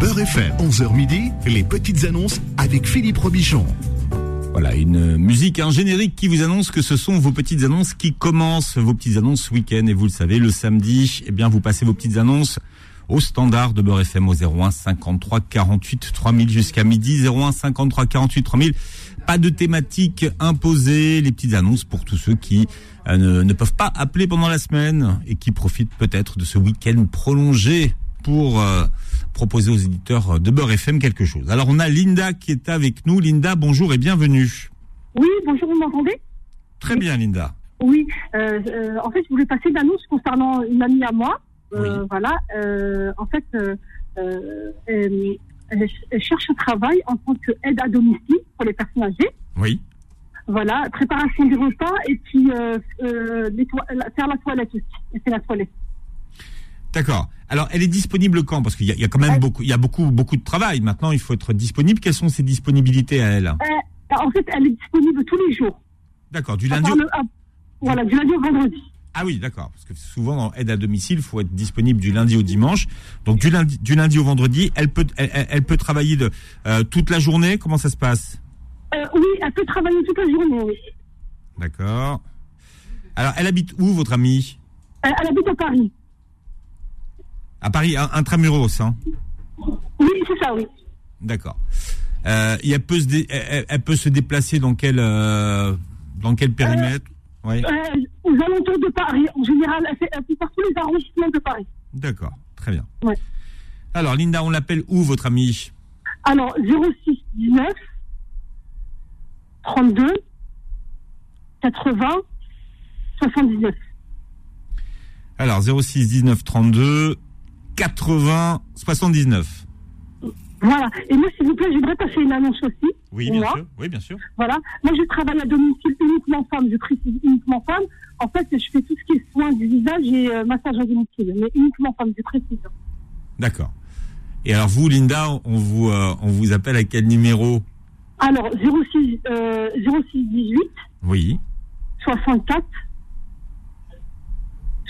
Beurre FM, 11h midi, les petites annonces avec Philippe Robichon. Voilà, une musique, un générique qui vous annonce que ce sont vos petites annonces qui commencent, vos petites annonces ce week-end. Et vous le savez, le samedi, eh bien, vous passez vos petites annonces au standard de Beurre FM au 01 53 48 3000 jusqu'à midi. 01 53 48 3000. Pas de thématique imposée, les petites annonces pour tous ceux qui euh, ne, ne peuvent pas appeler pendant la semaine et qui profitent peut-être de ce week-end prolongé pour euh, proposer aux éditeurs euh, de Beurre FM quelque chose. Alors on a Linda qui est avec nous. Linda, bonjour et bienvenue. Oui, bonjour, vous m'entendez Très bien Linda. Oui, euh, euh, en fait, je voulais passer une annonce concernant une amie à moi. Euh, Voilà, euh, en fait, euh, euh, elle, elle ch- elle cherche un travail en tant qu'aide à domicile pour les personnes âgées. Oui. Voilà, préparation du repas et puis euh, euh, les toi- la- faire la toilette aussi. Elle fait la toilette. D'accord. Alors elle est disponible quand Parce qu'il y, a- il y a quand même beaucoup, il y a beaucoup, beaucoup de travail. Maintenant, il faut être disponible. Quelles sont ses disponibilités à elle Euh, en fait, elle est disponible tous les jours. D'accord. Du À lundi. part le- à- voilà, du lundi au vendredi. Ah oui, d'accord. Parce que souvent, en aide à domicile, il faut être disponible du lundi au dimanche. Donc du lundi, du lundi au vendredi, elle peut, elle, elle- elle peut travailler de, euh, toute la journée. Comment ça se passe Euh, oui, elle peut travailler toute la journée. oui. D'accord. Alors, elle habite où, votre amie Elle, Euh, elle habite à Paris. À Paris, un- intramuros, hein Oui, c'est ça, oui. D'accord. Euh, et elle, peut se dé- elle, elle- elle peut se déplacer dans quel, euh, dans quel périmètre Oui, Euh, aux alentours de Paris, en général, elle fait, elle fait partout les arrondissements de Paris. d'accord. Très bien. Ouais. Alors, Linda, on l'appelle où, votre amie Alors, 06 19 32 80 79. Alors, 06 19 32 80 79. Voilà. Et moi, s'il vous plaît, j'aimerais passer une annonce aussi. Oui, Au bien revoir. sûr. Oui, bien sûr. Voilà. Moi, je travaille à domicile uniquement femme. Je précise uniquement femme. En fait, je fais tout ce qui est soins du visage et euh, massage à domicile. Mais uniquement femme, je précise. D'accord. Et alors, vous, Linda, on vous, euh, on vous appelle à quel numéro Alors, 06, euh, 06 18 Oui. 64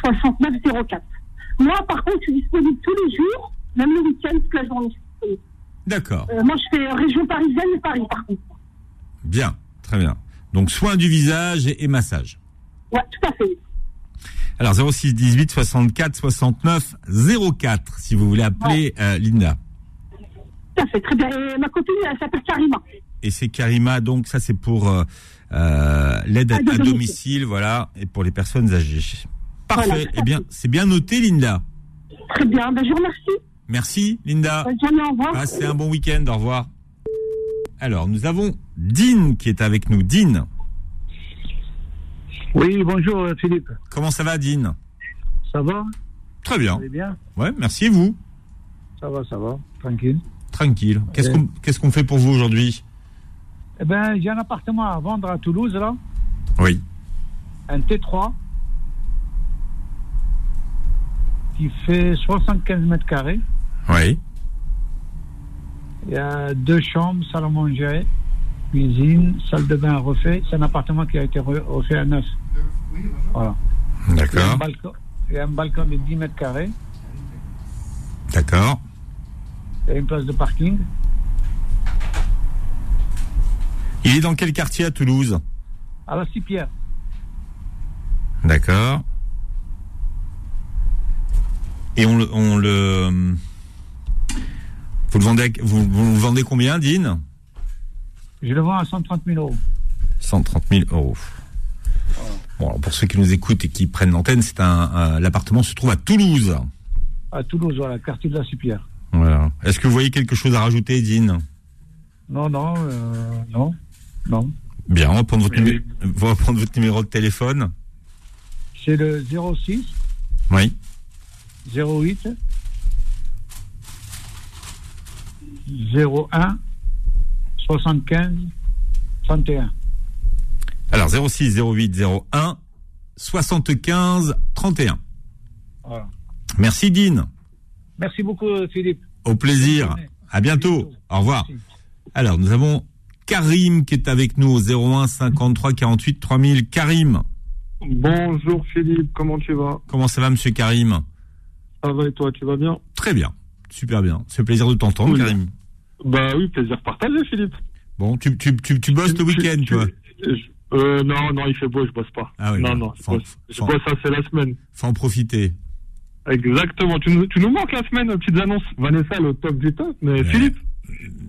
69 04. Moi, par contre, je suis disponible tous les jours, même le week-end, toute la journée. je suis disponible. D'accord. Euh, moi, je fais région parisienne et Paris, par contre. Bien. Très bien. Donc, soin du visage et- et massage. Ouais, tout à fait. Alors 06 18 64 69 04 si vous voulez appeler euh, Linda. Tout à fait, très bien. Et ma copine, elle s'appelle Karima. Et c'est Karima donc ça c'est pour euh, euh, l'aide à, Aide à à domicile. domicile voilà et pour les personnes âgées. Parfait. Voilà. Eh bien c'est bien noté Linda. Très bien. Ben, je vous remercie. Merci Linda. Bonne journée, au revoir. Passez un bon week-end. Au revoir. Alors nous avons Dean qui est avec nous. Dean, Oui, bonjour euh, Philippe. comment ça va Dean Ça va Très Vous bien. allez bien Ouais merci et vous. Ça va, ça va, tranquille. Tranquille. Qu'est-ce Ouais. qu'on qu'est-ce qu'on fait pour vous aujourd'hui Eh ben, j'ai un appartement à vendre à Toulouse, là, Oui. un T3, qui fait 75 mètres carrés. Oui. Il y a deux chambres, salle à manger, cuisine, salle de bain refait. C'est un appartement qui a été re- refait à neuf. Voilà. Il y a un D'accord. balcon, il y a un balcon de 10 mètres carrés, D'accord. il y a une place de parking. Il est dans quel quartier à Toulouse À la Cipière, D'accord. Et on le, on le, vous le vendez, à- vous, vous le vendez combien, Dean je le vends à 130 000 euros. 130 000 euros. Bon, alors pour ceux qui nous écoutent et qui prennent l'antenne, c'est un, un- l'appartement se trouve à Toulouse. À Toulouse, voilà, quartier de la Cipière. Voilà. Est-ce que vous voyez quelque chose à rajouter, Dean Non, non, euh, non, non. Bien, on va prendre votre, Oui. numé- on va prendre votre numéro de téléphone. C'est le 06 Oui. 08 01 75 31. Alors 06 08 01 75 31. Voilà. Merci, Dean. Merci beaucoup, Philippe. Au plaisir. Bonne journée. À bientôt. bientôt. Au revoir. Merci. Alors, nous avons Karim qui est avec nous au 01 53 48 3000. Karim, Bonjour Philippe, comment tu vas comment ça va, monsieur Karim Ça va et toi, tu vas bien Très bien. Super bien. C'est plaisir de t'entendre, oui. Karim. Bah oui, plaisir partagé, Philippe. Bon, tu, tu, tu, tu bosses le week-end, toi euh, Non, non, il fait beau, je bosse pas. Ah oui, non, bah, non, je faut- bosse, je faut- bosse assez la semaine. Faut en profiter. Exactement. Tu nous, tu nous manques la semaine, aux petites annonces. Vanessa, elle est au top du top. Mais Philippe,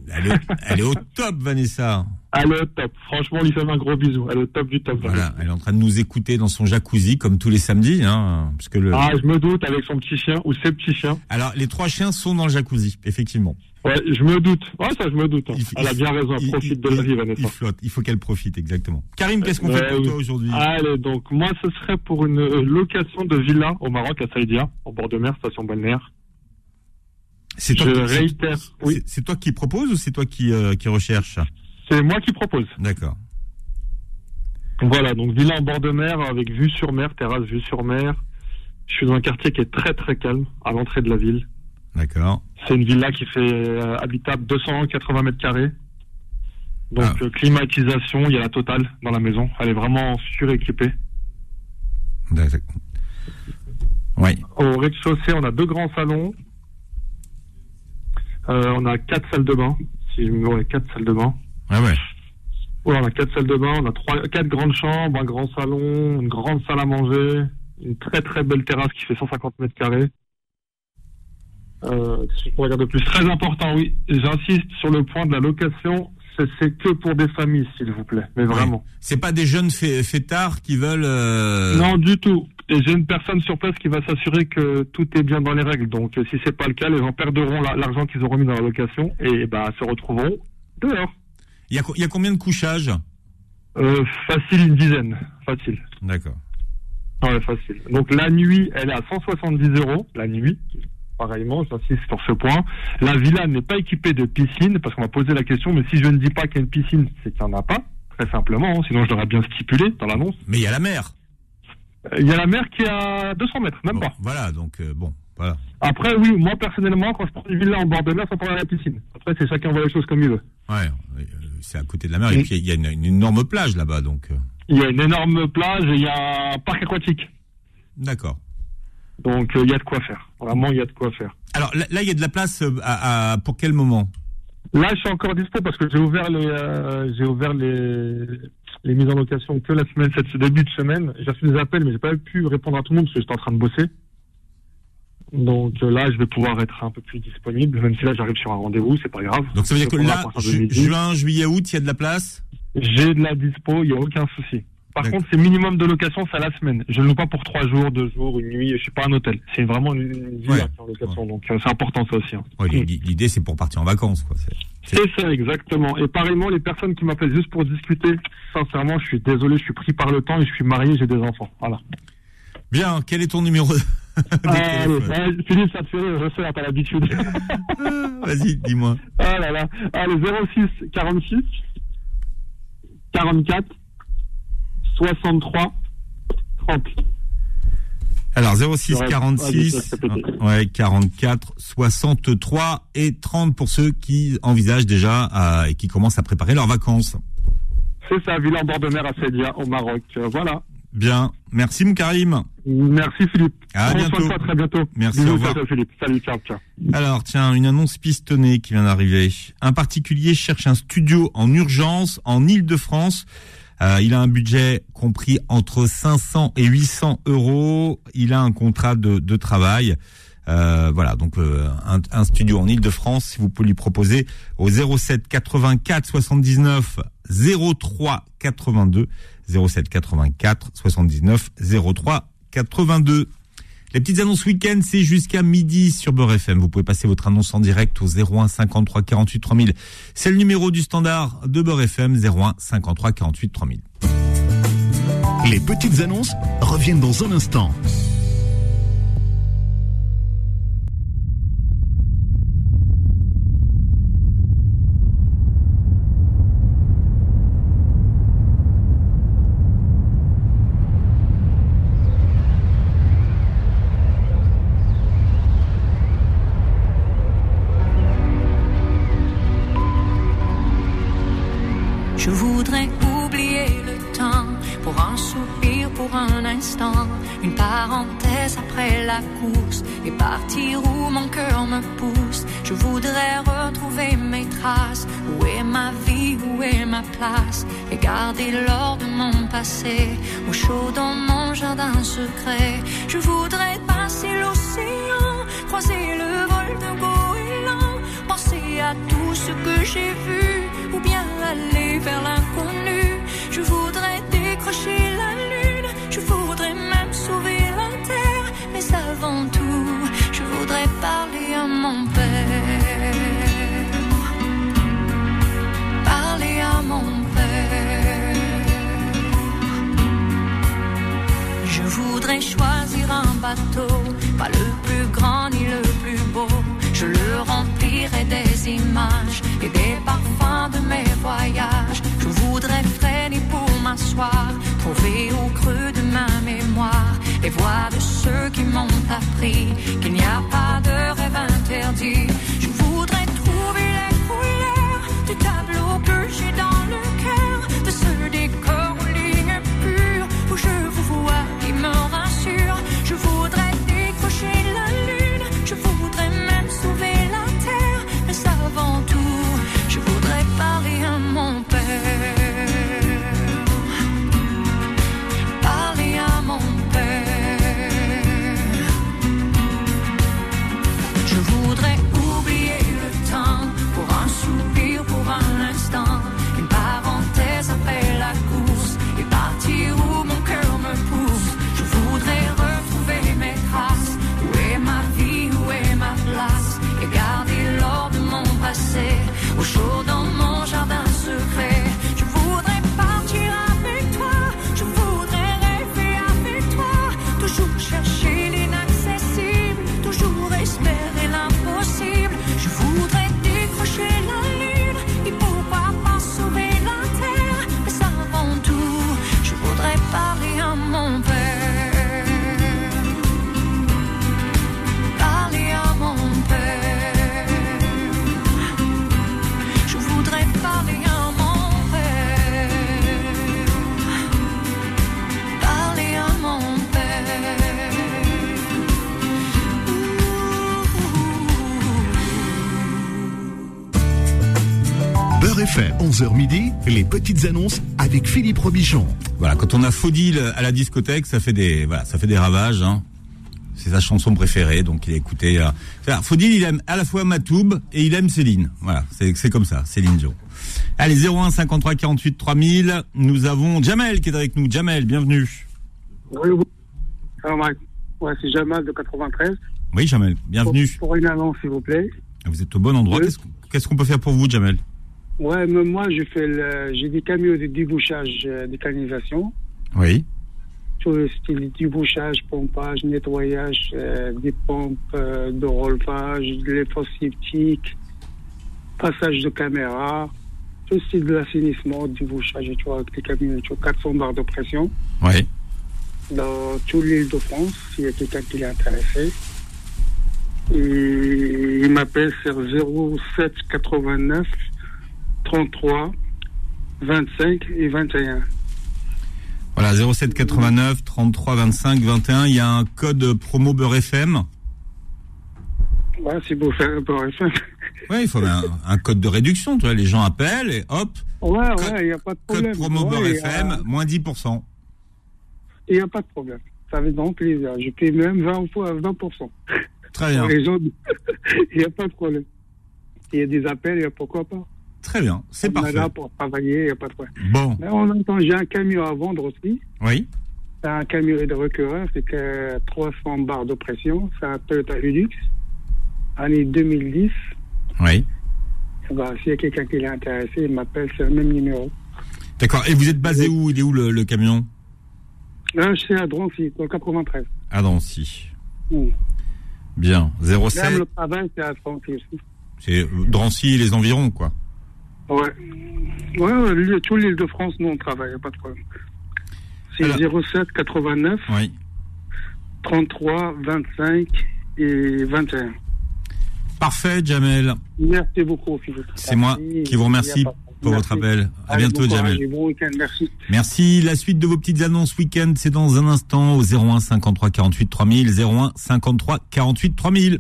Elle est, elle est au top, Vanessa. elle est au top. Franchement, on lui fait un gros bisou. Elle est au top du top. Voilà, elle est en train de nous écouter dans son jacuzzi, comme tous les samedis. Hein, parce que le... Ah, je me doute, avec son petit chien ou ses petits chiens. Alors, les trois chiens sont dans le jacuzzi, effectivement. Ouais, je me doute. Ouais, ça, je me doute. hein. Il- Elle a bien raison. Elle il- profite il- de la vie, Il Vanessa. Euh, flotte, il faut qu'elle profite, exactement. Karim, qu'est-ce qu'on fait Ouais, pour oui. toi aujourd'hui Allez, donc moi, ce serait pour une euh, location de villa au Maroc, à Saïdia, en bord de mer, station balnéaire. C'est toi, je qui- c'est- réitère. Oui. c'est- c'est toi qui propose ou c'est toi qui, euh, qui recherche C'est moi qui propose. D'accord. Voilà, donc villa en bord de mer, avec vue sur mer, terrasse, vue sur mer. Je suis dans un quartier qui est très très calme, à l'entrée de la ville. D'accord. C'est une villa qui fait euh, habitable 280 mètres carrés. Donc Ah. euh, climatisation, il y a la totale dans la maison. Elle est vraiment suréquipée. D'accord. Oui. Au rez-de-chaussée, on a deux grands salons. Euh, on a quatre salles de bain. Si je me ouais, quatre salles de bain. Ah ouais. Ouais, Oh, on a quatre salles de bain, on a trois, quatre grandes chambres, un grand salon, une grande salle à manger, une très très belle terrasse qui fait 150 mètres carrés. Euh, qu'est-ce que je pourrais dire de plus Très important, oui. J'insiste sur le point de la location. c'est- C'est que pour des familles, s'il vous plaît. Mais vraiment. C'est pas des jeunes fê- fêtards qui veulent. euh, Non, du tout. Et j'ai une personne sur place qui va s'assurer que tout est bien dans les règles. Donc, euh, si c'est pas le cas, les gens perdront la- l'argent qu'ils auront mis dans la location et bah, se retrouveront dehors. Il y a, co- il y a combien de couchages Euh, facile une dizaine. Facile. Ah D'accord. Ouais, facile. Donc la nuit, elle est à 170 euros, la nuit. Pareillement, j'insiste sur ce point. La villa n'est pas équipée de piscine, parce qu'on m'a posé la question, mais si je ne dis pas qu'il y a une piscine, c'est qu'il n'y en a pas, très simplement, hein, sinon je l'aurais bien stipulé dans l'annonce. Mais il y a la mer. Euh, Il y a la mer qui est à 200 mètres, même Bon, pas. voilà, donc euh, bon, voilà. Après, oui, moi personnellement, quand je prends une villa en bord de mer, ça prend la piscine. Après, c'est chacun voit les choses comme il veut. Ouais, euh, c'est à côté de la mer et Oui. puis il y a une, une énorme plage là-bas, donc. euh, Il y a une énorme plage et il y a un parc aquatique. D'accord. Donc euh, il y a de quoi faire. Vraiment, il y a de quoi faire. Alors là, là, il y a de la place euh, à, à- pour quel moment Là, je suis encore dispo parce que j'ai ouvert les, euh, j'ai ouvert les, les mises en location que la semaine, cette, ce début de semaine. J'ai reçu des appels, mais j'ai pas pu répondre à tout le monde parce que j'étais en train de bosser. Donc euh, là, je vais pouvoir être un peu plus disponible, même si là, j'arrive sur un rendez-vous, c'est pas grave. Donc ça veut dire Je que vais prendre à là, partir de ju- midi. juin, juillet, août, il y a de la place. j'ai de la dispo, il y a aucun souci. Par D'accord. contre, c'est minimum de location, c'est à la semaine. Je ne loue pas pour trois jours, deux jours, une nuit. Je suis pas un hôtel. C'est vraiment une, une villa Ouais. qui est en location, donc euh, c'est important ça aussi. hein. Ouais, l'i- l'i- L'idée, c'est pour partir en vacances, quoi. c'est- C'est ça, exactement. Et pareillement, les personnes qui m'appellent juste pour discuter, sincèrement, je suis désolé, je suis pris par le temps et je suis marié, j'ai des enfants. Voilà. Bien. Quel est ton numéro de Ah, téléphone allez, Philippe, ça te fait rire, je sais, là, t'as l'habitude. Vas-y, dis-moi. ah là là. Allez, 06 46 44 63 30. Alors 06 Ouais, ouais, 46 c'est pété. ouais, 44 63 et 30 pour ceux qui envisagent déjà euh, et qui commencent à préparer leurs vacances. C'est ça, Villa en bord de mer à Cédia, au Maroc. Euh, voilà. Bien, merci mon Karim. Merci, Philippe. À Prends soin bientôt. de toi, à très bientôt. Merci, Bisous, au revoir. ciao, ciao, Philippe. Salut, ciao, ciao. Alors tiens, une annonce pistonnée qui vient d'arriver. Un particulier cherche un studio en urgence en Île-de-France. Euh, il a un budget compris entre 500 et 800 euros. Il a un contrat de, de travail. Euh, voilà, donc euh, un, un studio en Île-de-France, si vous pouvez lui proposer au 07 84 79 03 82 07 84 79 03 82. Les petites annonces week-end, c'est jusqu'à midi sur Beurre FM. Vous pouvez passer votre annonce en direct au 01 53 48 3000. C'est le numéro du standard de Beurre FM 01 53 48 3000. Les petites annonces reviennent dans un instant. Je voudrais oublier le temps pour un soupir, pour un instant, une parenthèse après la course et partir où mon cœur me pousse Je voudrais retrouver mes traces. Où est ma vie, où est ma place Et garder l'or de mon passé au chaud dans mon jardin secret. Je voudrais passer l'océan, croiser le vol d'un goéland, penser à tout ce que j'ai vu ou bien aller vers l'inconnu. Je voudrais décrocher la lune, je voudrais même sauver la terre, mais avant tout, je voudrais parler à mon père. Parler à mon père. Je voudrais choisir un bateau, pas le plus grand ni le plus beau. Je le remplirai des images et des parfums de mes voyages. Je voudrais freiner pour m'asseoir, trouver au creux de ma mémoire les voix de ceux qui m'ont appris qu'il n'y a pas de rêve interdit. Je voudrais trouver les couleurs du tableau que j'ai dans le cœur, de ce décor aux lignes pures où je vous vois qui me rassure. Je voudrais décrocher la lune, je voudrais même sauver la terre, mais avant tout, je voudrais parler à mon père. Parler à mon père. Je voudrais oublier le temps pour un soupir, pour un instant. Une parenthèse après la course et partir où mon cœur me pousse. Je voudrais retrouver mes traces. Où est ma vie, où est ma place Et garder l'or de mon passé au chaud dans mon jardin secret. Je voudrais partir avec toi. Je voudrais rêver avec toi. Toujours chercher l'inaccessible. Toujours espérer l'impossible. Je voudrais décrocher la lune. Et pourquoi pas sauver la terre. Mais avant tout, je voudrais parler à mon père. Parler à mon père. Je voudrais parler à mon père. Parler à mon père. Beurre FM, 11h midi, les petites annonces avec Philippe Robichon. Voilà, quand on a Faudil à la discothèque, ça fait des, voilà, ça fait des ravages. hein. C'est sa chanson préférée, donc il a écouté. euh, c'est-à-dire, Faudil, il aime à la fois Matoub et il aime Céline. Voilà, c'est c'est comme ça, Céline Jo. Allez, 01 53 48 3000. Nous avons Jamel qui est avec nous. Jamel, bienvenue. Oui, oui. Alors, Mike, ouais, c'est Jamal de 93. Oui, Jamel, bienvenue. Pour, pour une annonce, s'il vous plaît. Vous êtes au bon endroit. Qu'est-ce qu'on- Qu'est-ce qu'on peut faire pour vous, Jamel Ouais, mais moi, je fais le, j'ai des camions de débouchage, euh, de canalisation. Oui. Tout le style débouchage, pompage, nettoyage, euh, des pompes euh, de relevage, les fosses septiques, passage de caméra, tout le style de l'assainissement, débouchage et tout, avec les camions et tout, 400 barres de pression. Ouais. dans toute l'île de France, s'il y a quelqu'un qui l'est intéressé. Et il m'appelle sur 07 89 33 25 et 21. Voilà, 07 89 33 25 21. Il y a un code promo Beurre FM. Voilà, c'est beau faire pour FM. Ouais, il faut un, un code de réduction. Tu vois, les gens appellent et hop, Ouais, ouais, il n'y a pas de code problème. promo Beurre Ouais, FM, moins 10%. Il n'y a, pas de problème. Ça fait grand plaisir. Je paye même 20 fois 20%. Très bien. Les gens, il n'y a pas de problème. Il y a des appels, il y a pourquoi pas. Très bien, c'est on est parfait. là pour travailler, il n'y a pas de problème. Bon, Ah, Mais en même temps, j'ai un camion à vendre aussi. oui, C'est un camion de recueilleur, c'est que 300 barres de pression. C'est un Toyota Hilux, année 2010. oui. Bah, S'il y a quelqu'un qui est intéressé, il m'appelle, c'est le même numéro. D'accord. Et vous êtes basé où Il est où le, le camion Là, je suis à Drancy, dans le 93. À Drancy. Mmh. Bien. Même 07, le travail, c'est à Drancy aussi. c'est euh, Drancy et les environs, quoi. Ouais. Ouais, ouais, l'île- toute l'île de France, nous, on travaille, y a pas de problème. C'est Alors- 07 89 Oui. 33 25 et 21. Parfait, Jamel. Merci beaucoup, Philippe. C'est moi qui vous remercie pour votre appel. À bientôt, Jamel. Jamel. Bon week-end, merci. Merci. La suite de vos petites annonces week-end, c'est dans un instant au 01 53 48 3000. 01 53 48 3000.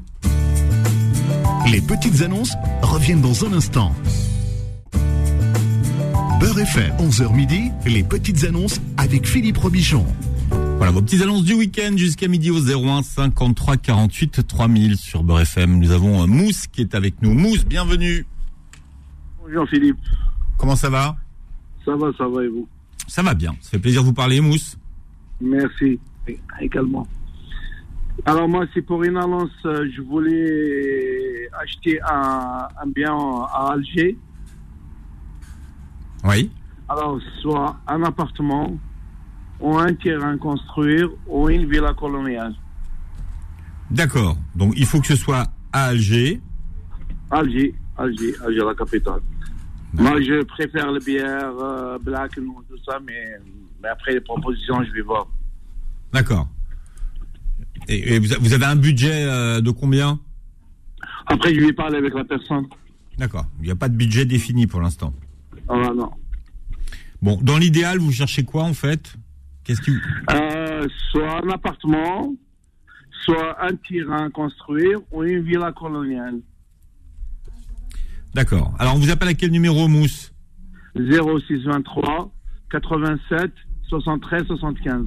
Les petites annonces reviennent dans un instant. Beurre FM, 11h midi, les petites annonces avec Philippe Robichon. Voilà vos petites annonces du week-end jusqu'à midi au 01 53 48 3000 sur Beurre FM. Nous avons euh, Mousse qui est avec nous. Mousse, bienvenue. Bonjour Philippe. Comment ça va Ça va, ça va et vous Ça va bien. Ça fait plaisir de vous parler, Mousse. Merci également. Alors moi, c'est pour une annonce. euh, Je voulais acheter un, un bien à Alger. Oui. Alors, soit un appartement, ou un terrain à construire, ou une villa coloniale. D'accord. Donc il faut que ce soit à Alger. Alger, Alger, Alger, la capitale. Moi, je préfère les bières, euh, black, non, tout ça, mais, mais après les propositions, je vais voir. D'accord. Et, et vous a- vous avez un budget euh, de combien Après, je vais parler avec la personne. D'accord. Il n'y a pas de budget défini pour l'instant. Ah, non. Bon, dans l'idéal, vous cherchez quoi en fait Qu'est-ce qui... Euh, soit un appartement, soit un terrain à construire, ou une villa coloniale. D'accord. Alors on vous appelle à quel numéro, Mousse 0623 87 73 75.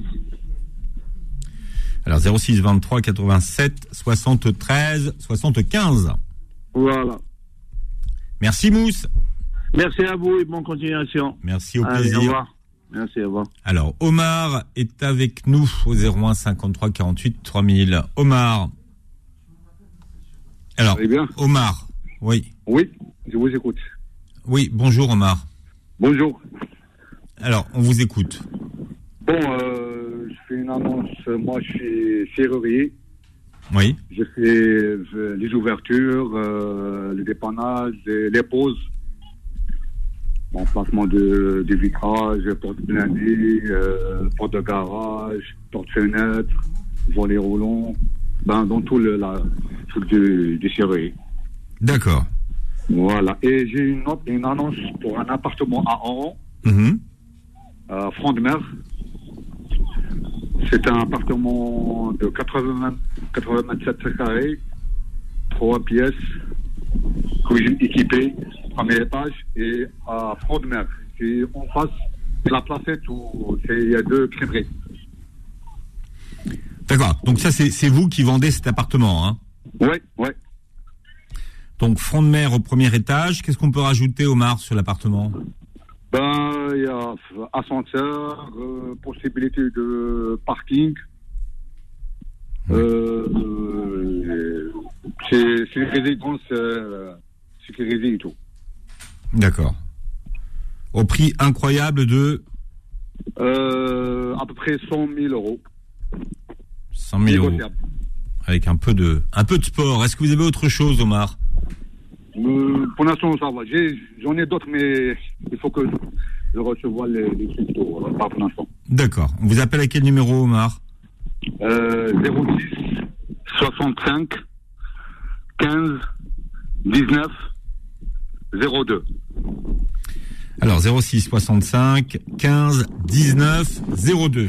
Alors 06 23 87 73 75. Voilà. Merci Mousse. Merci à vous et bonne continuation. Merci au Allez, plaisir. au revoir. Merci, au revoir. Alors Omar est avec nous au 01 53 48 3000. Omar. Alors Omar. Oui. Oui, je vous écoute. Oui, bonjour Omar. Bonjour. Alors, on vous écoute. Bon, euh, je fais une annonce. Moi, je suis serrurier. Oui. Je fais euh, les ouvertures, euh, le dépannage, les les poses, l'emplacement de, de vitrage, porte blindée, euh, porte de garage, porte-fenêtre, volet roulant, ben, dans tout le la, truc du, du serrurier. D'accord. Voilà. Et j'ai une, autre- une annonce pour un appartement à Oran. Mhm. euh, Franc de Mer. C'est un appartement de 80, 87 mètres carrés, trois pièces, cuisine équipée, premier étage, et à Franc de Mer. C'est en face de la placette où c'est- il y a deux crèmeries. D'accord. Donc ça, c'est c'est vous qui vendez cet appartement. Hein oui, oui. Donc front de mer au premier étage. Qu'est-ce qu'on peut rajouter Omar sur l'appartement Ben, il y a f- ascenseur, euh, possibilité de parking. Euh, euh, c'est c'est une résidence euh, sécurisée et tout. D'accord. Au prix incroyable de Euh, à peu près 100 000 euros. 100 000 euros. Négociable. Avec un peu de, un peu de sport. Est-ce que vous avez autre chose, Omar Euh, pour l'instant, ça va. J'ai- J'en ai, d'autres, mais il faut que je recevoie les, les cryptos. euh, Pas pour l'instant. D'accord. On vous appelle à quel numéro, Omar Euh, 06 65 15 19 02. Alors 06 65 15 19 02.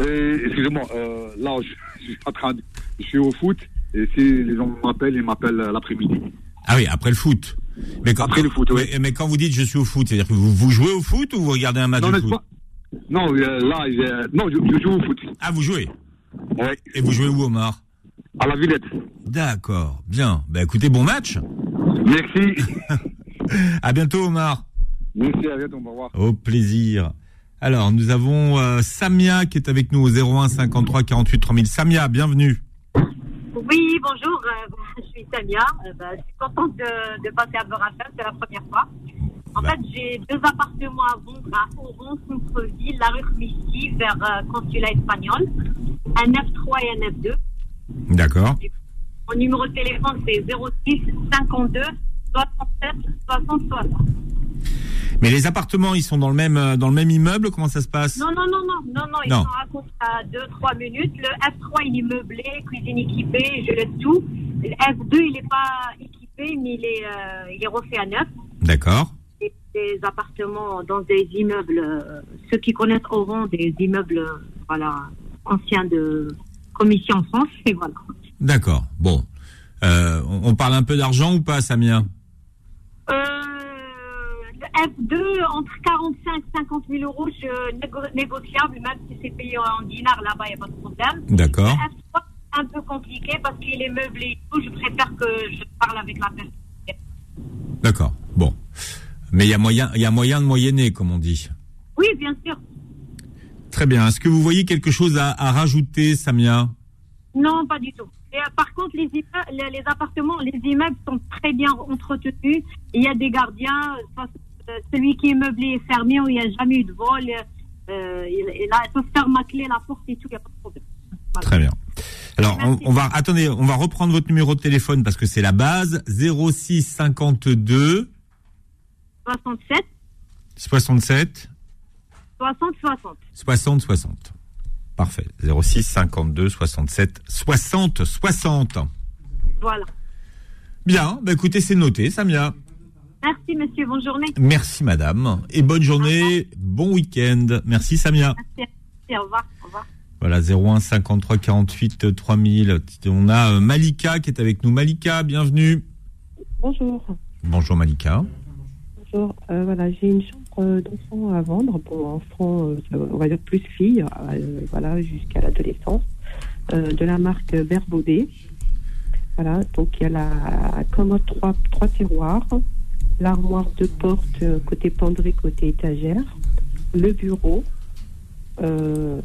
Euh, Excusez-moi, euh, là, je, je suis en train de- je suis au foot et si les gens m'appellent, ils m'appellent euh, l'après-midi. Ah oui, après le foot. Mais quand, après le foot, mais, mais quand vous dites je suis au foot, c'est-à-dire que vous, vous jouez au foot ou vous regardez un match Non, de mais foot Non, euh, là, j'ai- non, je, je joue au foot. Ah, vous jouez Oui. Et vous jouez où, Omar À la Villette. D'accord, bien. Bah écoutez, bon match. Merci. à bientôt, Omar. Merci, à bientôt, au revoir. Au plaisir. Alors, nous avons euh, Samia qui est avec nous au 01 53 48 3000. Samia, bienvenue. Oui, bonjour, euh, je suis Samia. Euh, bah, je suis contente de, de passer à Borachem, c'est la première fois. En fait, j'ai deux appartements à vendre à Oran, centre-ville, la rue Michi, vers euh, consulat espagnol. Un F3 et un F2. D'accord. Mon numéro de téléphone, c'est 06 52 67 60 60. Mais les appartements, ils sont dans le même, euh, dans le même immeuble Comment ça se passe Non, non, non, non, non, non, ils Ah, Non. sont à compte à 2-3 minutes. Le F3, il est meublé, cuisine équipée, je laisse tout. Le F2, il n'est pas équipé, mais il est, euh, il est refait à neuf. D'accord. des, des appartements dans des immeubles. euh, Ceux qui connaissent auront des immeubles euh, voilà, anciens de Commission France. Et voilà. D'accord. Bon. Euh, on, on parle un peu d'argent ou pas, Samia Euh, le F2, entre 45 et 50 000 euros, je négo- négociable, même si c'est payé en dinars là-bas, il n'y a pas de problème. D'accord. Le F3, c'est un peu compliqué parce qu'il est meublé et tout. Je préfère que je parle avec la personne. D'accord. Bon. Mais il y a moyen, il y a moyen de moyenner, comme on dit. Oui, bien sûr. Très bien. Est-ce que vous voyez quelque chose à, à rajouter, Samia Non, pas du tout. Et, euh, par contre, les, immeu- les, les appartements, les immeubles sont très bien entretenus. Il y a des gardiens. Ça, c'est, euh, celui qui est meublé est fermé, où il n'y a jamais eu de vol. Euh, il, il a, il peut faire ma clé, la porte et tout, il n'y a pas de problème. Très bien. Alors, on, on va attendez, on va reprendre votre numéro de téléphone parce que c'est la base 06 52 67, 67 60, 60. 60 60. Parfait. 06 52 67 60 60. Voilà. Bien, bah écoutez, c'est noté, Samia. Merci, monsieur. Bonne journée. Merci madame et bonne journée, bon week-end. Merci Samia. Merci. Merci, Au revoir. Au revoir. Voilà 01 53 48 3000. On a euh, Malika qui est avec nous. Malika, bienvenue. Bonjour. Bonjour Malika. Bonjour. Euh, voilà, j'ai une chambre euh, d'enfant à vendre. Bon, enfant, euh, on va dire plus fille, euh, voilà, jusqu'à l'adolescence, euh, de la marque Verbaudet. Voilà, donc il y a la commode 3, trois tiroirs, l'armoire de porte euh, côté penderie, côté étagère, le bureau. Euh,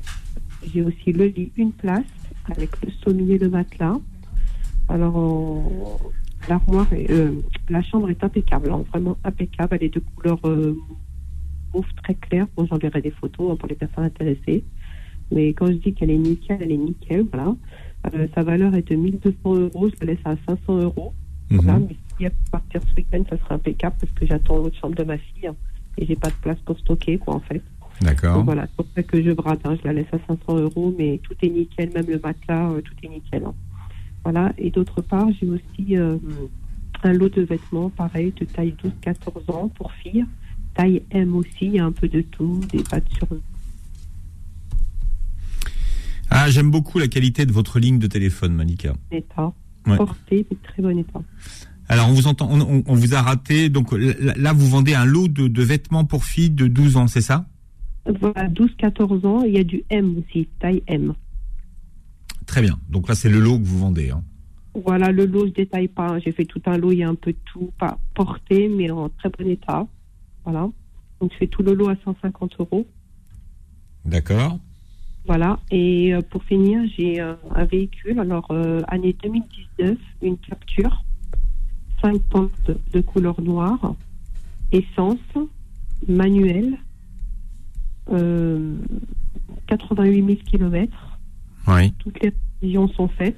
j'ai aussi le lit, une place, avec le sommier, le matelas. Alors, on- l'armoire, est- euh, la chambre est impeccable, hein, vraiment impeccable. Elle est de couleur euh, mauve très claire. Bon, j'enverrai des photos hein, pour les personnes intéressées. Mais quand je dis qu'elle est nickel, elle est nickel, voilà. Euh, sa valeur est de 1200 euros, je la laisse à 500 euros. Voilà, mais s'il y a à partir ce week-end, ça sera impeccable parce que j'attends l'autre chambre de ma fille hein, et j'ai pas de place pour stocker, quoi, en fait. D'accord. Donc voilà, c'est pour ça que je brade. hein. Je la laisse à 500 euros, mais tout est nickel, même le matelas, euh, tout est nickel. hein. Voilà, et d'autre part, j'ai aussi euh, un lot de vêtements, pareil, de taille 12-14 ans pour filles. Taille M aussi, il y a un peu de tout, des pattes sur Ah, j'aime beaucoup la qualité de votre ligne de téléphone, Malika. l'état, Ouais. portée, mais très bon état. Alors, on vous entend, on, on- on vous a raté. Donc là, là, vous vendez un lot de, de vêtements pour filles de 12 ans, c'est ça Voilà, 12-14 ans, il y a du M aussi, taille M. Très bien. Donc là, c'est le lot que vous vendez. hein. Voilà, le lot, je détaille pas. hein. J'ai fait tout un lot, il y a un peu de tout, pas porté, mais en très bon état. Voilà. Donc, je fais tout le lot à 150 euros. D'accord. Voilà. Et euh, pour finir, j'ai euh, un véhicule. Alors, euh, année 2019, une capture, 5 pompes de- de couleur noire, essence, manuel, euh, 88 000 km. Oui. Toutes les prévisions sont faites.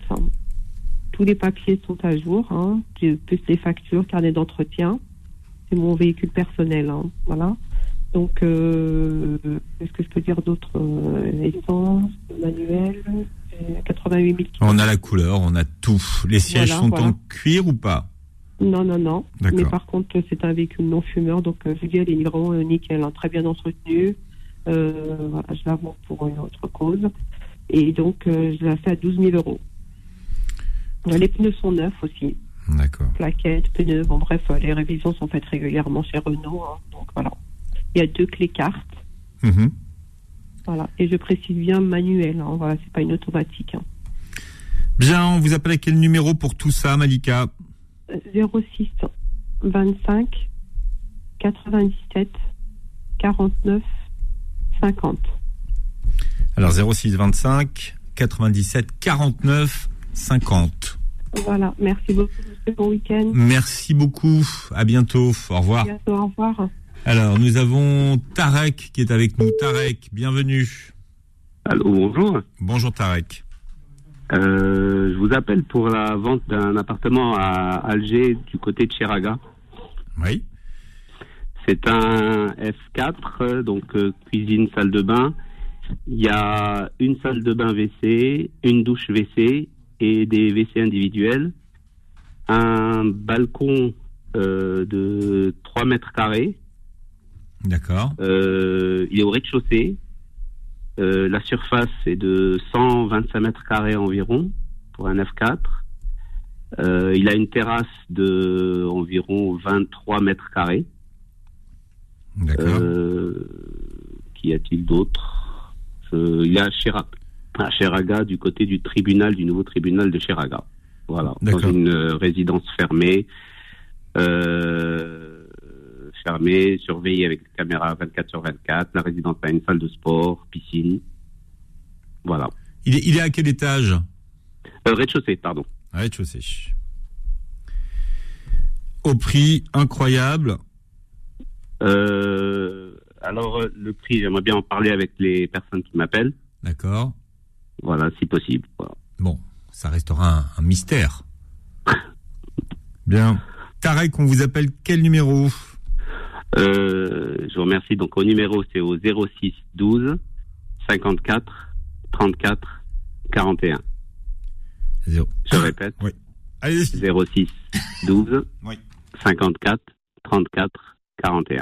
Tous les papiers sont à jour, hein, plus plus les factures, carnet d'entretien. C'est mon véhicule personnel, hein, voilà. Donc, euh, qu'est-ce que je peux dire d'autre Euh, Essence, manuel, euh, 88 000 On a la couleur, on a tout. Les sièges Voilà, sont en voilà. cuir ou pas Non, non, non. D'accord. Mais par contre, euh, c'est un véhicule non fumeur, donc euh, je vous dis, elle est vraiment euh, nickel, hein, très bien entretenue. Euh, voilà, je la vends pour une autre cause. Et donc, euh, je la fais à 12 000 euros. Ouais, Les pneus sont neufs aussi. D'accord. Plaquettes, pneus, bon bref, euh, les révisions sont faites régulièrement chez Renault. hein, donc voilà. Il y a deux clés cartes. Mhm. Voilà. Et je précise bien manuel. Hein, voilà, c'est pas une automatique. hein. Bien, on vous appelle à quel numéro pour tout ça, Malika Euh, 06 25 97 49 50. Alors 06 25 97 49 50. Voilà. Merci beaucoup. monsieur. Bon week-end. Merci beaucoup. À bientôt. Au À revoir. bientôt. Au revoir. Alors, nous avons Tarek qui est avec nous. Tarek, bienvenue. Allô, bonjour. Bonjour Tarek. Euh, je vous appelle pour la vente d'un appartement à Alger du côté de Chiraga. Oui. C'est un F4, euh, donc euh, cuisine, salle de bain. Il y a une salle de bain WC, une douche WC et des WC individuels. Un balcon euh, de 3 mètres carrés. D'accord. Euh, il est au rez-de-chaussée. Euh, la surface est de 125 mètres carrés environ pour un F4. Euh, il a une terrasse de environ 23 mètres carrés. Euh, Qu'y a-t-il d'autre Euh, Il est à Chirac, à Chiraga, du côté du tribunal, du nouveau tribunal de Chiraga. Voilà, dans D'accord. une euh, résidence fermée, euh, fermée, surveillée avec des caméras 24 sur 24. La résidence a une salle de sport, piscine. Voilà. Il est, il est à quel étage Euh, Rez-de-chaussée, pardon. Rez-de-chaussée. Au prix incroyable. Euh, alors, euh, le prix, j'aimerais bien en parler avec les personnes qui m'appellent. D'accord. Voilà, si possible. Voilà. Bon, ça restera un, un mystère. Bien. Tarek, on vous appelle quel numéro Euh, je vous remercie. Donc, au numéro, c'est au 06 12 54 34 41. Zéro. Je répète. Oui. 06 12 Oui. 54 34 41.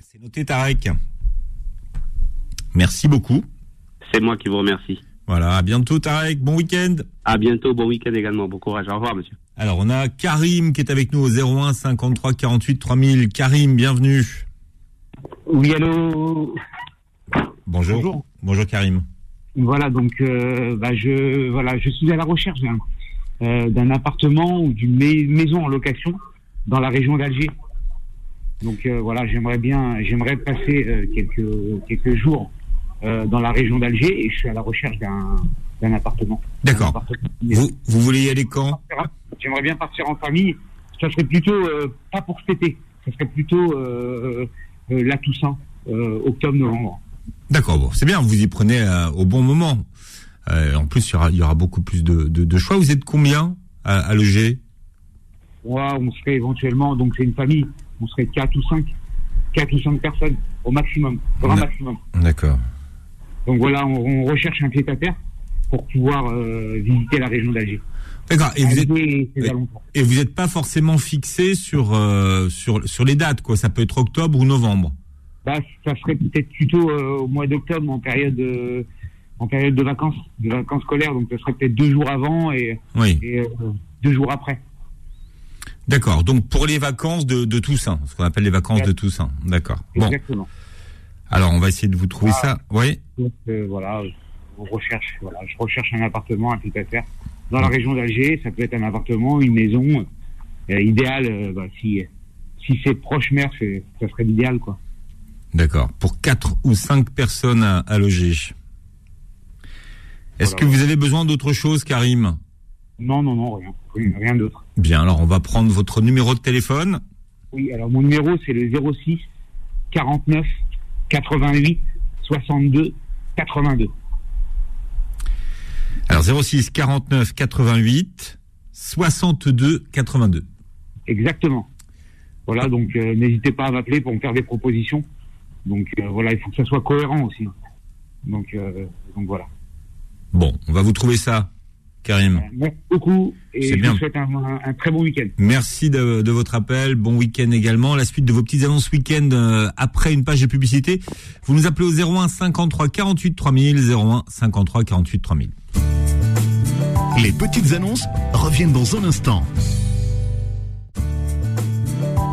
C'est noté, Tarek. Merci beaucoup. C'est moi qui vous remercie. Voilà, à bientôt, Tarek. Bon week-end. À bientôt. Bon week-end également. Bon courage. Au revoir, monsieur. Alors, on a Karim qui est avec nous au 01 53 48 3000. Karim, bienvenue. Oui, allô. Bonjour. Bonjour, Karim. Voilà, donc euh, bah, je voilà, je suis à la recherche d'un euh, d'un appartement ou d'une mai- maison en location dans la région d'Alger. Donc euh, voilà, j'aimerais bien, j'aimerais passer euh, quelques quelques jours euh, dans la région d'Alger et je suis à la recherche d'un d'un appartement. D'accord. Vous, vous voulez y aller quand J'aimerais bien partir en famille. Ça serait plutôt euh, pas pour cet été. Ça serait plutôt euh, euh, la Toussaint, euh, octobre-novembre. D'accord, bon, c'est bien, vous y prenez euh, au bon moment. Euh, en plus, il y aura, il y aura beaucoup plus de, de- de choix. Vous êtes combien à, à loger Moi, on serait éventuellement, donc c'est une famille, on serait 4 ou 5, 4 ou 5 personnes au maximum, grand maximum. D'accord. Donc voilà, on, on recherche un pied à terre pour pouvoir euh, visiter la région d'Alger. D'accord, et vous êtes, ses et- alentours. et vous n'êtes pas forcément fixé sur, euh, sur, sur les dates, quoi. Ça peut être octobre ou novembre. Bah, ça serait peut-être plutôt euh, au mois d'octobre, en période euh, en période de vacances, de vacances scolaires. Donc ça serait peut-être deux jours avant et, Oui. et, euh, deux jours après. D'accord, donc pour les vacances de, de Toussaint, ce qu'on appelle les vacances de Toussaint. D'accord. Bon, Exactement. alors on va essayer de vous trouver Ah. ça. Oui Donc euh, voilà, on recherche, voilà, je recherche un appartement, un petit affaire dans Mm. la région d'Alger. Ça peut être un appartement, une maison. euh, idéal, euh, bah, si si c'est proche mer, c'est- ça serait l'idéal quoi. D'accord. Pour quatre ou cinq personnes à, à loger. Est-ce Voilà. que vous avez besoin d'autre chose, Karim Non non non rien, rien, rien d'autre. Bien, alors on va prendre votre numéro de téléphone. Oui, alors mon numéro c'est le 06 49 88 62 82. Alors 06 49 88 62 82. Exactement. Voilà, donc euh, n'hésitez pas à m'appeler pour me faire des propositions. Donc euh, voilà, il faut que ça soit cohérent aussi. Donc, euh, donc voilà. Bon, on va vous trouver ça, Karim. Merci beaucoup et C'est je bien. vous souhaite un, un- un très bon week-end. Merci de, de votre appel. Bon week-end également. La suite de vos petites annonces week-end euh, après une page de publicité. Vous nous appelez au 01 53 48 3000 01 53 48 3000. Les petites annonces reviennent dans un instant.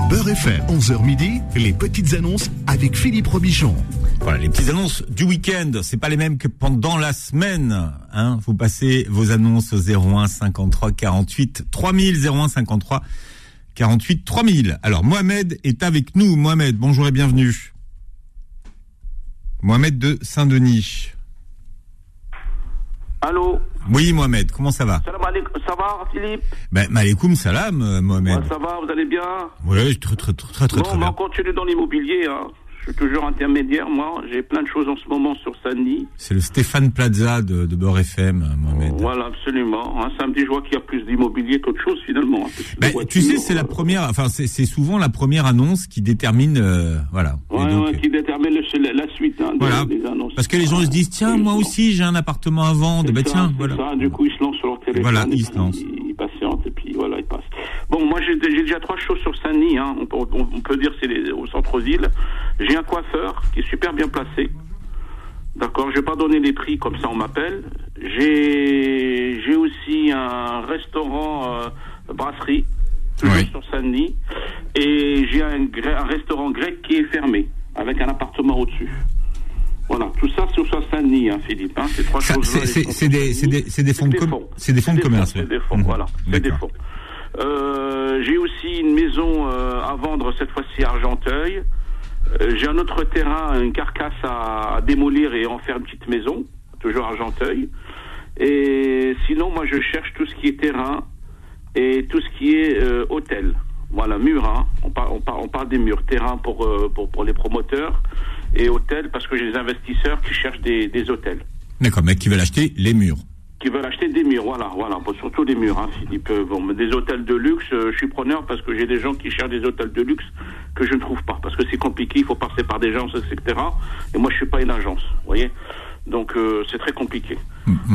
Beurre FM, 11h midi, les petites annonces avec Philippe Robichon. Voilà, les petites annonces du week-end, c'est pas les mêmes que pendant la semaine. Hein. Vous passez vos annonces au 01 53 48 3000, 01 53 48 3000. Alors Mohamed est avec nous. Mohamed, bonjour et bienvenue. Mohamed de Saint-Denis. Allô Oui Mohamed, comment ça va Salam alaikum. Ça va, Ah, Philippe Ben malekoum salam euh, Mohamed. Ouais, Ça va, vous allez bien Oui, très très très très très, Bon, très mais bien. on continue dans l'immobilier. hein. Je suis toujours intermédiaire, moi. J'ai plein de choses en ce moment sur Saint-Denis. C'est le Stéphane Plaza de, de Beurre FM, euh, Mohamed. Voilà, absolument. Un samedi, je vois qu'il y a plus d'immobilier qu'autre chose, finalement. hein, Plus de Ben, tu voitures. sais, c'est la première, enfin c'est c'est souvent la première annonce qui détermine, euh, voilà. Ouais, ouais, qui détermine le- la suite hein, des, Voilà. des annonces. Parce que les gens ils se disent tiens moi aussi j'ai un appartement à vendre bah Ça, tiens c'est voilà ça. Du coup, ils se lancent sur leur téléphone. voilà et ils puis, se lancent ils patientent et puis voilà, ils passent. Bon, moi, j'ai j'ai déjà trois choses sur Saint-Denis. hein. On, peut- on- on peut dire que c'est les- au centre-ville. J'ai un coiffeur qui est super bien placé. D'accord, je vais pas donner les prix comme ça on m'appelle. J'ai j'ai aussi un restaurant euh, brasserie toujours sur Saint-Denis et j'ai un, gré- un restaurant grec qui est fermé avec un appartement au-dessus. Voilà, tout ça c'est sur Saint-Denis, hein, Philippe. hein, c'est trois Ça, choses. c'est- C'est c'est des, c'est des- c'est des fonds de com- c'est des fonds de commerce. C'est ouais. des fonds, voilà. C'est des fonds. Euh, j'ai aussi une maison euh, à vendre, cette fois-ci à Argenteuil. Euh, j'ai un autre terrain, une carcasse à, à démolir et en faire une petite maison, toujours à Argenteuil. Et sinon, moi, je cherche tout ce qui est terrain et tout ce qui est euh, hôtel. Voilà, mur, hein. on, par- on, par- on parle des murs. Terrain pour, euh, pour, pour les promoteurs et hôtel parce que j'ai des investisseurs qui cherchent des, des hôtels D'accord, mais qui veulent acheter les murs. qui veulent acheter des murs, voilà, voilà, Bon, surtout des murs, hein, Philippe. Euh, Bon, mais des hôtels de luxe, euh, je suis preneur parce que j'ai des gens qui cherchent des hôtels de luxe que je ne trouve pas, parce que c'est compliqué, il faut passer par des agences, etc. Et moi, je suis pas une agence, vous voyez. Donc, euh, c'est très compliqué.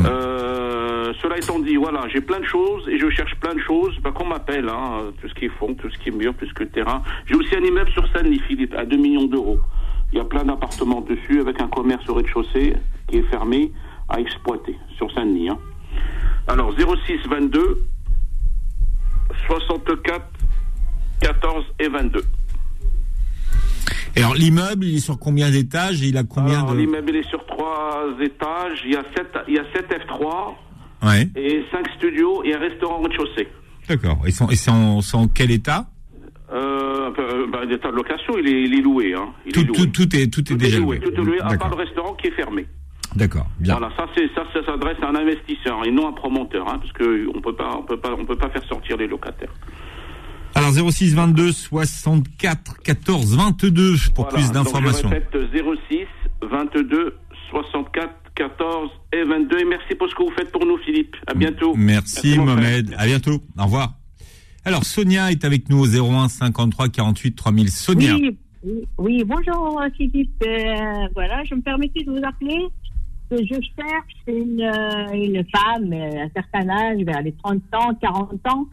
Euh, cela étant dit, voilà, j'ai plein de choses et je cherche plein de choses. Bah, qu'on m'appelle, hein, euh, tout ce qui est fond, tout ce qui est mur, tout ce que terrain. J'ai aussi un immeuble sur Saint-Denis, Philippe, à 2 millions d'euros. Il y a plein d'appartements dessus avec un commerce au rez-de-chaussée qui est fermé à exploiter sur Saint-Denis. hein. Alors 06 22 64 14 et 22. Et alors l'immeuble, il est sur combien d'étages et il a combien Alors de... l'immeuble il est sur trois étages, il y a 7 il y a sept F3 Ouais, et 5 studios et un restaurant au rez-de-chaussée. d'accord. Et, sont- et c'est en, c'est en quel état Euh, un peu, euh, bah, l'état de location, il est, il est loué. Hein. Il tout, est loué. tout, tout est, tout est Tout est déjà loué, loué. tout est loué, à part D'accord. le restaurant qui est fermé. D'accord. Voilà, ça, c'est, ça, ça s'adresse à un investisseur et non à un promoteur, hein, parce que on peut pas, on peut pas, on peut pas faire sortir les locataires. Alors 06 22 64 14 22 pour Voilà, plus donc d'informations. Je répète 06 22 64 14 et 22. Et merci pour ce que vous faites pour nous, Philippe. À bientôt. Merci mon frère. Mohamed. À bientôt. Au revoir. Alors Sonia est avec nous au 01 53 48 3000. Sonia. Oui, oui, oui, bonjour euh, Philippe. Euh, voilà, je me permettais de vous appeler. que Je cherche une, euh, une femme euh, à un certain âge, vers les 30 ans, 40 ans,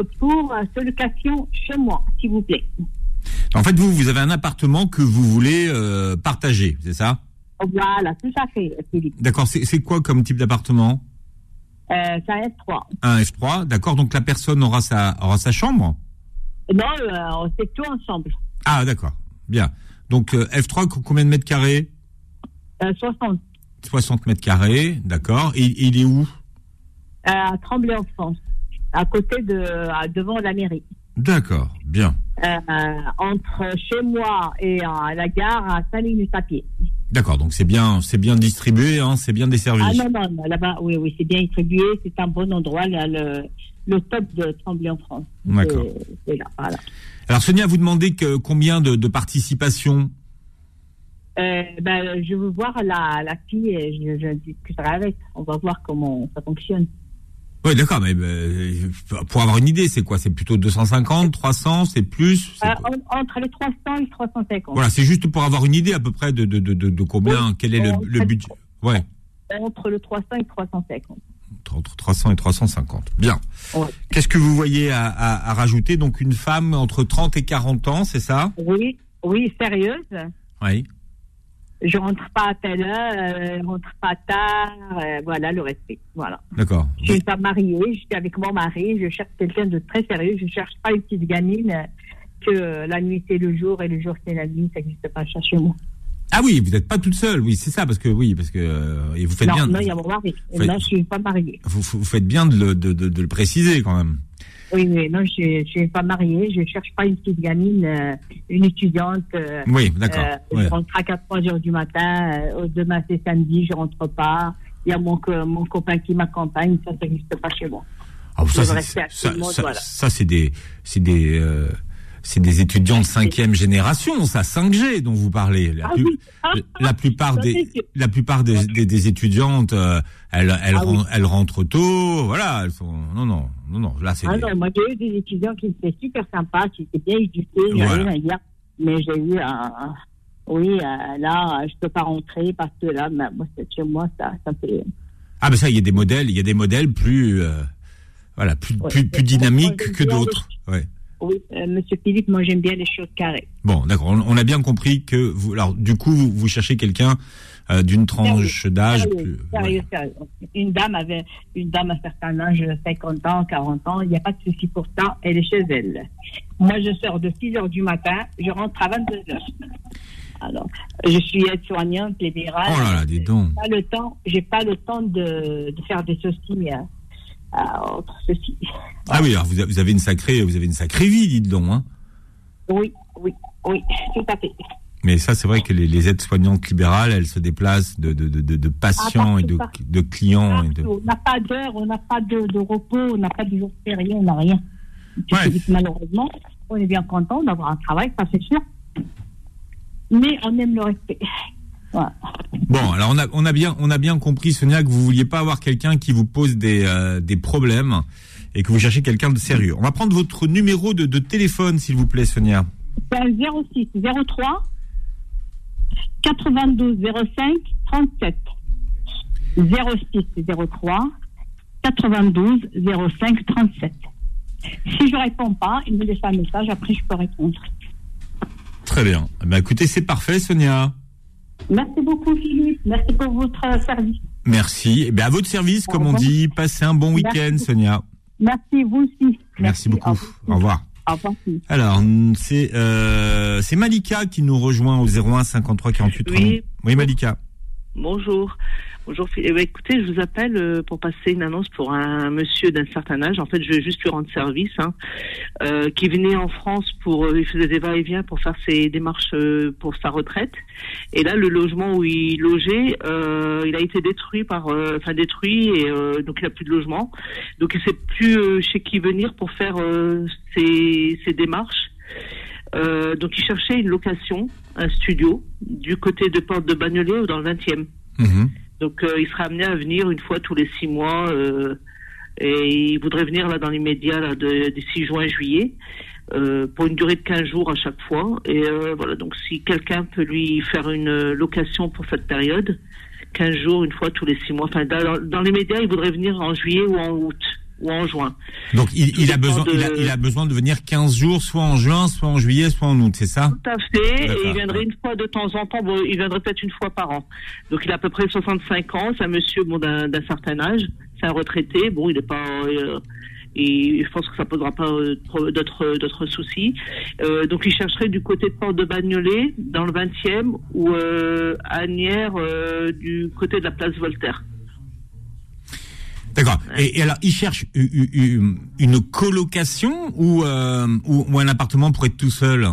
euh, pour euh, se location chez moi, s'il vous plaît. En fait, vous, vous avez un appartement que vous voulez euh, partager, c'est ça Voilà, tout à fait, Philippe. D'accord. C'est c'est quoi comme type d'appartement Euh, ça reste 3. Un F3. D'accord. Donc la personne aura sa, aura sa chambre Non, euh, on fait tout ensemble. Ah, d'accord. Bien. Donc euh, F3, co- combien de mètres carrés Euh, 60. 60 mètres carrés. D'accord. Et il est où euh, à Tremblay en France, à côté de, à- devant la mairie. D'accord. Bien. Euh, entre chez moi et euh, la gare, à 5 minutes à pied. D'accord. Donc c'est bien, c'est bien distribué, hein, c'est bien desservi. Ah non, non, non, là-bas, oui, oui, c'est bien distribué, c'est un bon endroit, là, le, le top de Tremblay en France. D'accord. C'est- C'est là, voilà. Alors Sonia, vous demandez que, combien de, de participations Euh, ben, je veux voir la, la fille et je, je discuterai avec. On va voir comment ça fonctionne. Oui, d'accord, mais euh, pour avoir une idée, c'est quoi C'est plutôt 250, 300, c'est plus Euh, en- entre les 300 et les 350. Voilà, c'est juste pour avoir une idée à peu près de, de, de, de- de combien, quel est le, le budget. Ouais, Entre le 300 et 350. entre 300 et 350. Bien. Qu'est-ce que vous voyez à, à- à rajouter Donc une femme entre 30 et 40 ans, c'est ça Oui, oui, sérieuse. Oui. Je rentre pas à telle heure, euh, je rentre pas tard, euh, voilà le respect. Voilà. D'accord. Je suis pas mariée, je suis avec mon mari, je cherche quelqu'un de très sérieux, je cherche pas une petite gamine euh, que euh, la nuit c'est le jour et le jour c'est la nuit, ça n'existe pas chez moi. Ah oui, vous n'êtes pas toute seule. Oui, c'est ça, parce que oui, parce que euh, et vous faites non, bien. non, il y a mon mari. Faites- Non, je suis pas mariée. vous, vous faites bien de le, de, de- de le préciser quand même. Oui, oui, non, je, je suis pas mariée, je cherche pas une petite gamine, euh, une étudiante. euh, Oui, d'accord, euh, ouais. Je rentre à 4 heures du matin, euh, demain c'est samedi, je rentre pas. Il y a mon, co- mon copain qui m'accompagne, ça, ça n'existe pas chez moi. Ah, ça, Je c'est- reste à tout ça, le monde, ça- voilà. ça, c'est des, c'est des, euh, c'est des étudiants de cinquième génération, ça, 5G dont vous parlez. La, Ah plus- oui. la plupart Ça, des, c'est sûr. la plupart des, des- des étudiantes, euh, elles, elles, Ah oui. ren- elles rentrent tôt, voilà. Elles sont, non, non, non, non. Là, c'est. Ah des- non, moi j'ai eu des étudiants qui étaient super sympas, qui étaient bien éduqués, il y a Voilà. rien à dire. Mais j'ai eu un, un- oui, euh, là, je peux pas rentrer parce que là, ma- moi, c'est- chez moi, ça, ça fait. Ah, ben ça, il y a des modèles, il y a des modèles plus, euh, voilà, plus, plus, plus dynamiques que d'autres. Ouais. Oui, euh, Monsieur Philippe, moi j'aime bien les choses carrées. Bon, d'accord. On, on a bien compris que vous. Alors, du coup, vous, vous cherchez quelqu'un euh, d'une tranche d'âge. Sérieux, plus- sérieux, sérieux. Une dame avait une dame à un certain âge, 50 ans, 40 ans, il n'y a pas de souci pour ça, elle est chez elle. Moi, je sors de 6 heures du matin, je rentre à 22 heures. Alors, je suis aide-soignante, libérale. Oh là là, dis donc. J'ai pas le temps, j'ai pas le temps de, de faire des soucis euh, à- entre ceci. Ah oui, alors vous, a- vous avez une sacrée, vous avez une sacrée vie, dites donc. Hein. Oui, oui, oui, tout à fait. Mais ça, c'est vrai que les, les aides-soignantes libérales, elles se déplacent de, de, de, de- de patients et de, partout. de clients. Et de... On n'a pas d'heure, on n'a pas de, de repos, on n'a pas de jour férié, on n'a rien. Puis, Philippe, Malheureusement, on est bien content d'avoir un travail, ça c'est sûr. Mais on aime le respect. Voilà. Bon, alors on a, on a bien, on a bien compris, Sonia, que vous vouliez pas avoir quelqu'un qui vous pose des, euh, des problèmes et que vous cherchez quelqu'un de sérieux. On va prendre votre numéro de, de téléphone, s'il vous plaît, Sonia. C'est un 06 03 92 05 37. 06 03 92 05 37. Si je réponds pas, il me laisse un message, après je peux répondre. Très bien. Eh Ben, écoutez, c'est parfait, Sonia. Merci beaucoup, Philippe. Merci pour votre euh, service. Merci. Eh ben, à votre service, comme on dit. Passez un bon week-end, Merci. Sonia. Merci, vous aussi. Merci, beaucoup. Au revoir. Au revoir. Alors, c'est euh, c'est Malika qui nous rejoint au 01 53 48 Oui. 30. Oui, Malika. Bonjour. Bonjour. Phil- Eh ben, écoutez, je vous appelle euh, pour passer une annonce pour un monsieur d'un certain âge. En fait, je vais juste lui rendre service, hein, euh, qui venait en France pour, euh, il faisait des va-et-vient pour faire ses démarches euh, pour sa retraite. Et là, le logement où il logeait, euh, il a été détruit par, euh, enfin détruit, et euh, donc il a plus de logement. Donc il sait plus euh, chez qui venir pour faire euh, ses, ses démarches. Euh, donc il cherchait une location, un studio, du côté de Porte de Bagnolet ou dans le 20e. Donc euh, il sera amené à venir une fois tous les six mois euh, et il voudrait venir là dans l'immédiat là, de, du 6 juin juillet euh, pour une durée de 15 jours à chaque fois. Et euh, voilà, donc si quelqu'un peut lui faire une euh, location pour cette période, 15 jours une fois tous les six mois, enfin dans, dans l'immédiat il voudrait venir en juillet ou en août ou en juin. Donc, il, Tout il a dépend besoin, de- il, a, il a besoin de venir 15 jours, soit en juin, soit en juillet, soit en août, c'est ça Tout à fait. Hein. D'accord. Et il viendrait une fois de temps en temps. Bon, il viendrait peut-être une fois par an. Donc il a à peu près 65 ans. C'est un monsieur bon, d'un d'un certain âge. C'est un retraité. Bon, il n'est pas. euh, et je pense que ça posera pas euh, trop- d'autres d'autres soucis. Euh, donc il chercherait du côté de Porte de Bagnolet, dans le 20e, ou euh, à Nières, euh, du côté de la place Voltaire. D'accord. Et, et alors, il cherche u- u- u- une colocation ou, euh, ou, ou un appartement pour être tout seul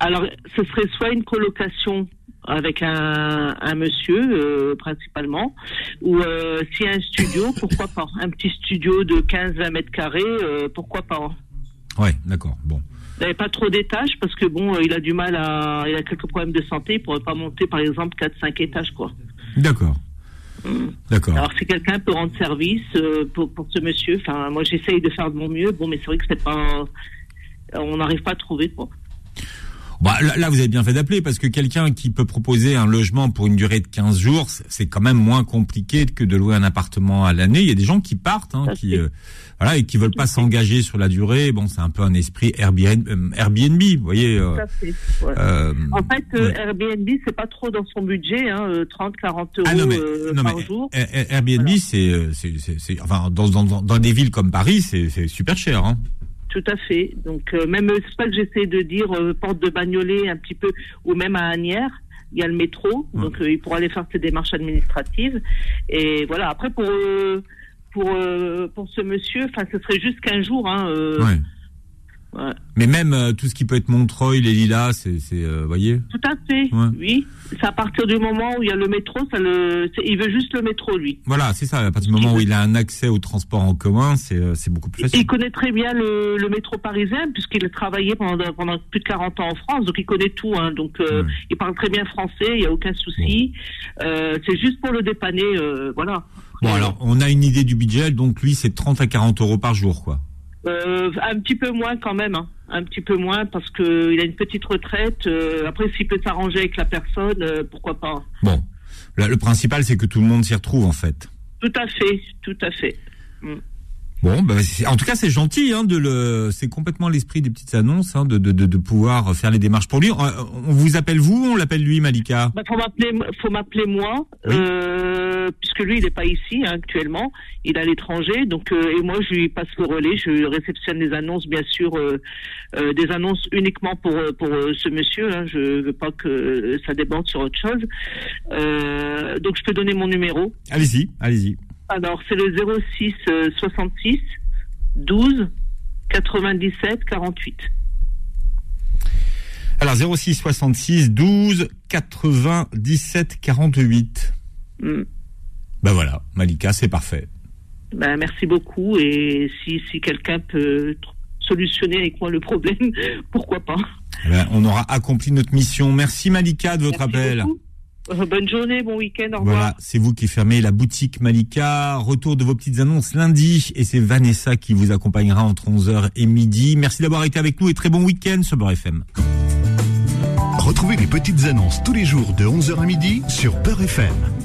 Alors, ce serait soit une colocation avec un, un monsieur euh, principalement, ou euh, s'il y a un studio, pourquoi pas Un petit studio de 15-20 mètres carrés, euh, pourquoi pas Ouais, d'accord. Bon. Il n'avait pas trop d'étages parce que bon, euh, il a du mal à, il a quelques problèmes de santé, il pourrait pas monter par exemple 4-5 étages quoi. D'accord. D'accord. Alors si quelqu'un peut rendre service euh, pour, pour ce monsieur, enfin moi j'essaye de faire de mon mieux, bon mais c'est vrai que c'est pas, on n'arrive pas à trouver quoi. Bah, là, là, vous avez bien fait d'appeler parce que quelqu'un qui peut proposer un logement pour une durée de 15 jours, c'est- c'est quand même moins compliqué que de louer un appartement à l'année. Il y a des gens qui partent, hein, qui euh, voilà et qui veulent pas s'engager sur la durée. Bon, c'est un peu un esprit Airbnb, euh, Airbnb vous voyez. euh, Tout à fait, ouais. euh, En fait, euh, ouais. Airbnb, c'est pas trop dans son budget, hein, 30-40 euros Ah non mais, euh, non, par mais jour. Air- Air- Airbnb, c'est, euh, c'est, c'est- c'est- enfin dans, dans, dans- dans des villes comme Paris, c'est, c'est super cher. Hein. Tout à fait. Donc, euh, même, euh, c'est pas que j'essaie de dire euh, porte de Bagnolet un petit peu, ou même à Agnières, il y a le métro, donc euh, il pourra aller faire ses démarches administratives. Et voilà, après, pour, euh, pour, euh, pour ce monsieur, enfin, ce serait juste qu'un jour. Hein, euh, Ouais. ouais. Mais même euh, tout ce qui peut être Montreuil, les Lilas, c'est, c'est euh, voyez. Tout à fait, Ouais. oui. C'est à partir du moment où il y a le métro, ça le, c'est- il veut juste le métro, lui. Voilà, c'est ça. À partir du moment où il a un accès au transport en commun, c'est, euh, c'est beaucoup plus facile. Il connaît très bien le, le métro parisien puisqu'il a travaillé pendant, pendant plus de 40 ans en France, donc il connaît tout. hein. donc euh, il parle très bien français, il n'y a aucun souci. Euh, c'est juste pour le dépanner, euh, voilà. Bon, alors, on a une idée du budget, donc lui, c'est 30 à 40 euros par jour, quoi. Euh, un petit peu moins quand même, hein. un petit peu moins parce que il a une petite retraite. euh, après, s'il peut s'arranger avec la personne, euh, pourquoi pas Bon, Là, le principal, c'est que tout le monde s'y retrouve, en fait. Tout à fait, tout à fait. Mm. Bon, bah, c'est- en tout cas, c'est gentil. Hein, de le, c'est complètement l'esprit des petites annonces hein, de, de, de, de pouvoir faire les démarches pour lui. On, on vous appelle vous, ou on l'appelle lui, Malika. Bah, faut m'appeler, faut m'appeler moi, euh, puisque lui il n'est pas ici hein, actuellement, il est à l'étranger, donc euh, et moi je lui passe le relais, je réceptionne les annonces bien sûr, euh, euh, des annonces uniquement pour euh, pour euh, ce monsieur. Hein, je veux pas que ça déborde sur autre chose. Euh, donc je peux donner mon numéro. Allez-y, allez-y. Alors c'est le 06 euh, 66 12 97 48. Alors 06 66 12 97 48. Mm. Bah voilà, Malika, c'est parfait. Ben, merci beaucoup. Et si, si quelqu'un peut tr- solutionner avec moi le problème, pourquoi pas. Eh ben, on aura accompli notre mission. Merci Malika de votre appel. Euh, Bonne journée, bon week-end, au revoir. Voilà, c'est vous qui fermez la boutique Malika. Retour de vos petites annonces lundi et c'est Vanessa qui vous accompagnera entre 11h et midi. Merci d'avoir été avec nous et très bon week-end sur Beurre FM. Retrouvez les petites annonces tous les jours de 11h à midi sur Peur FM.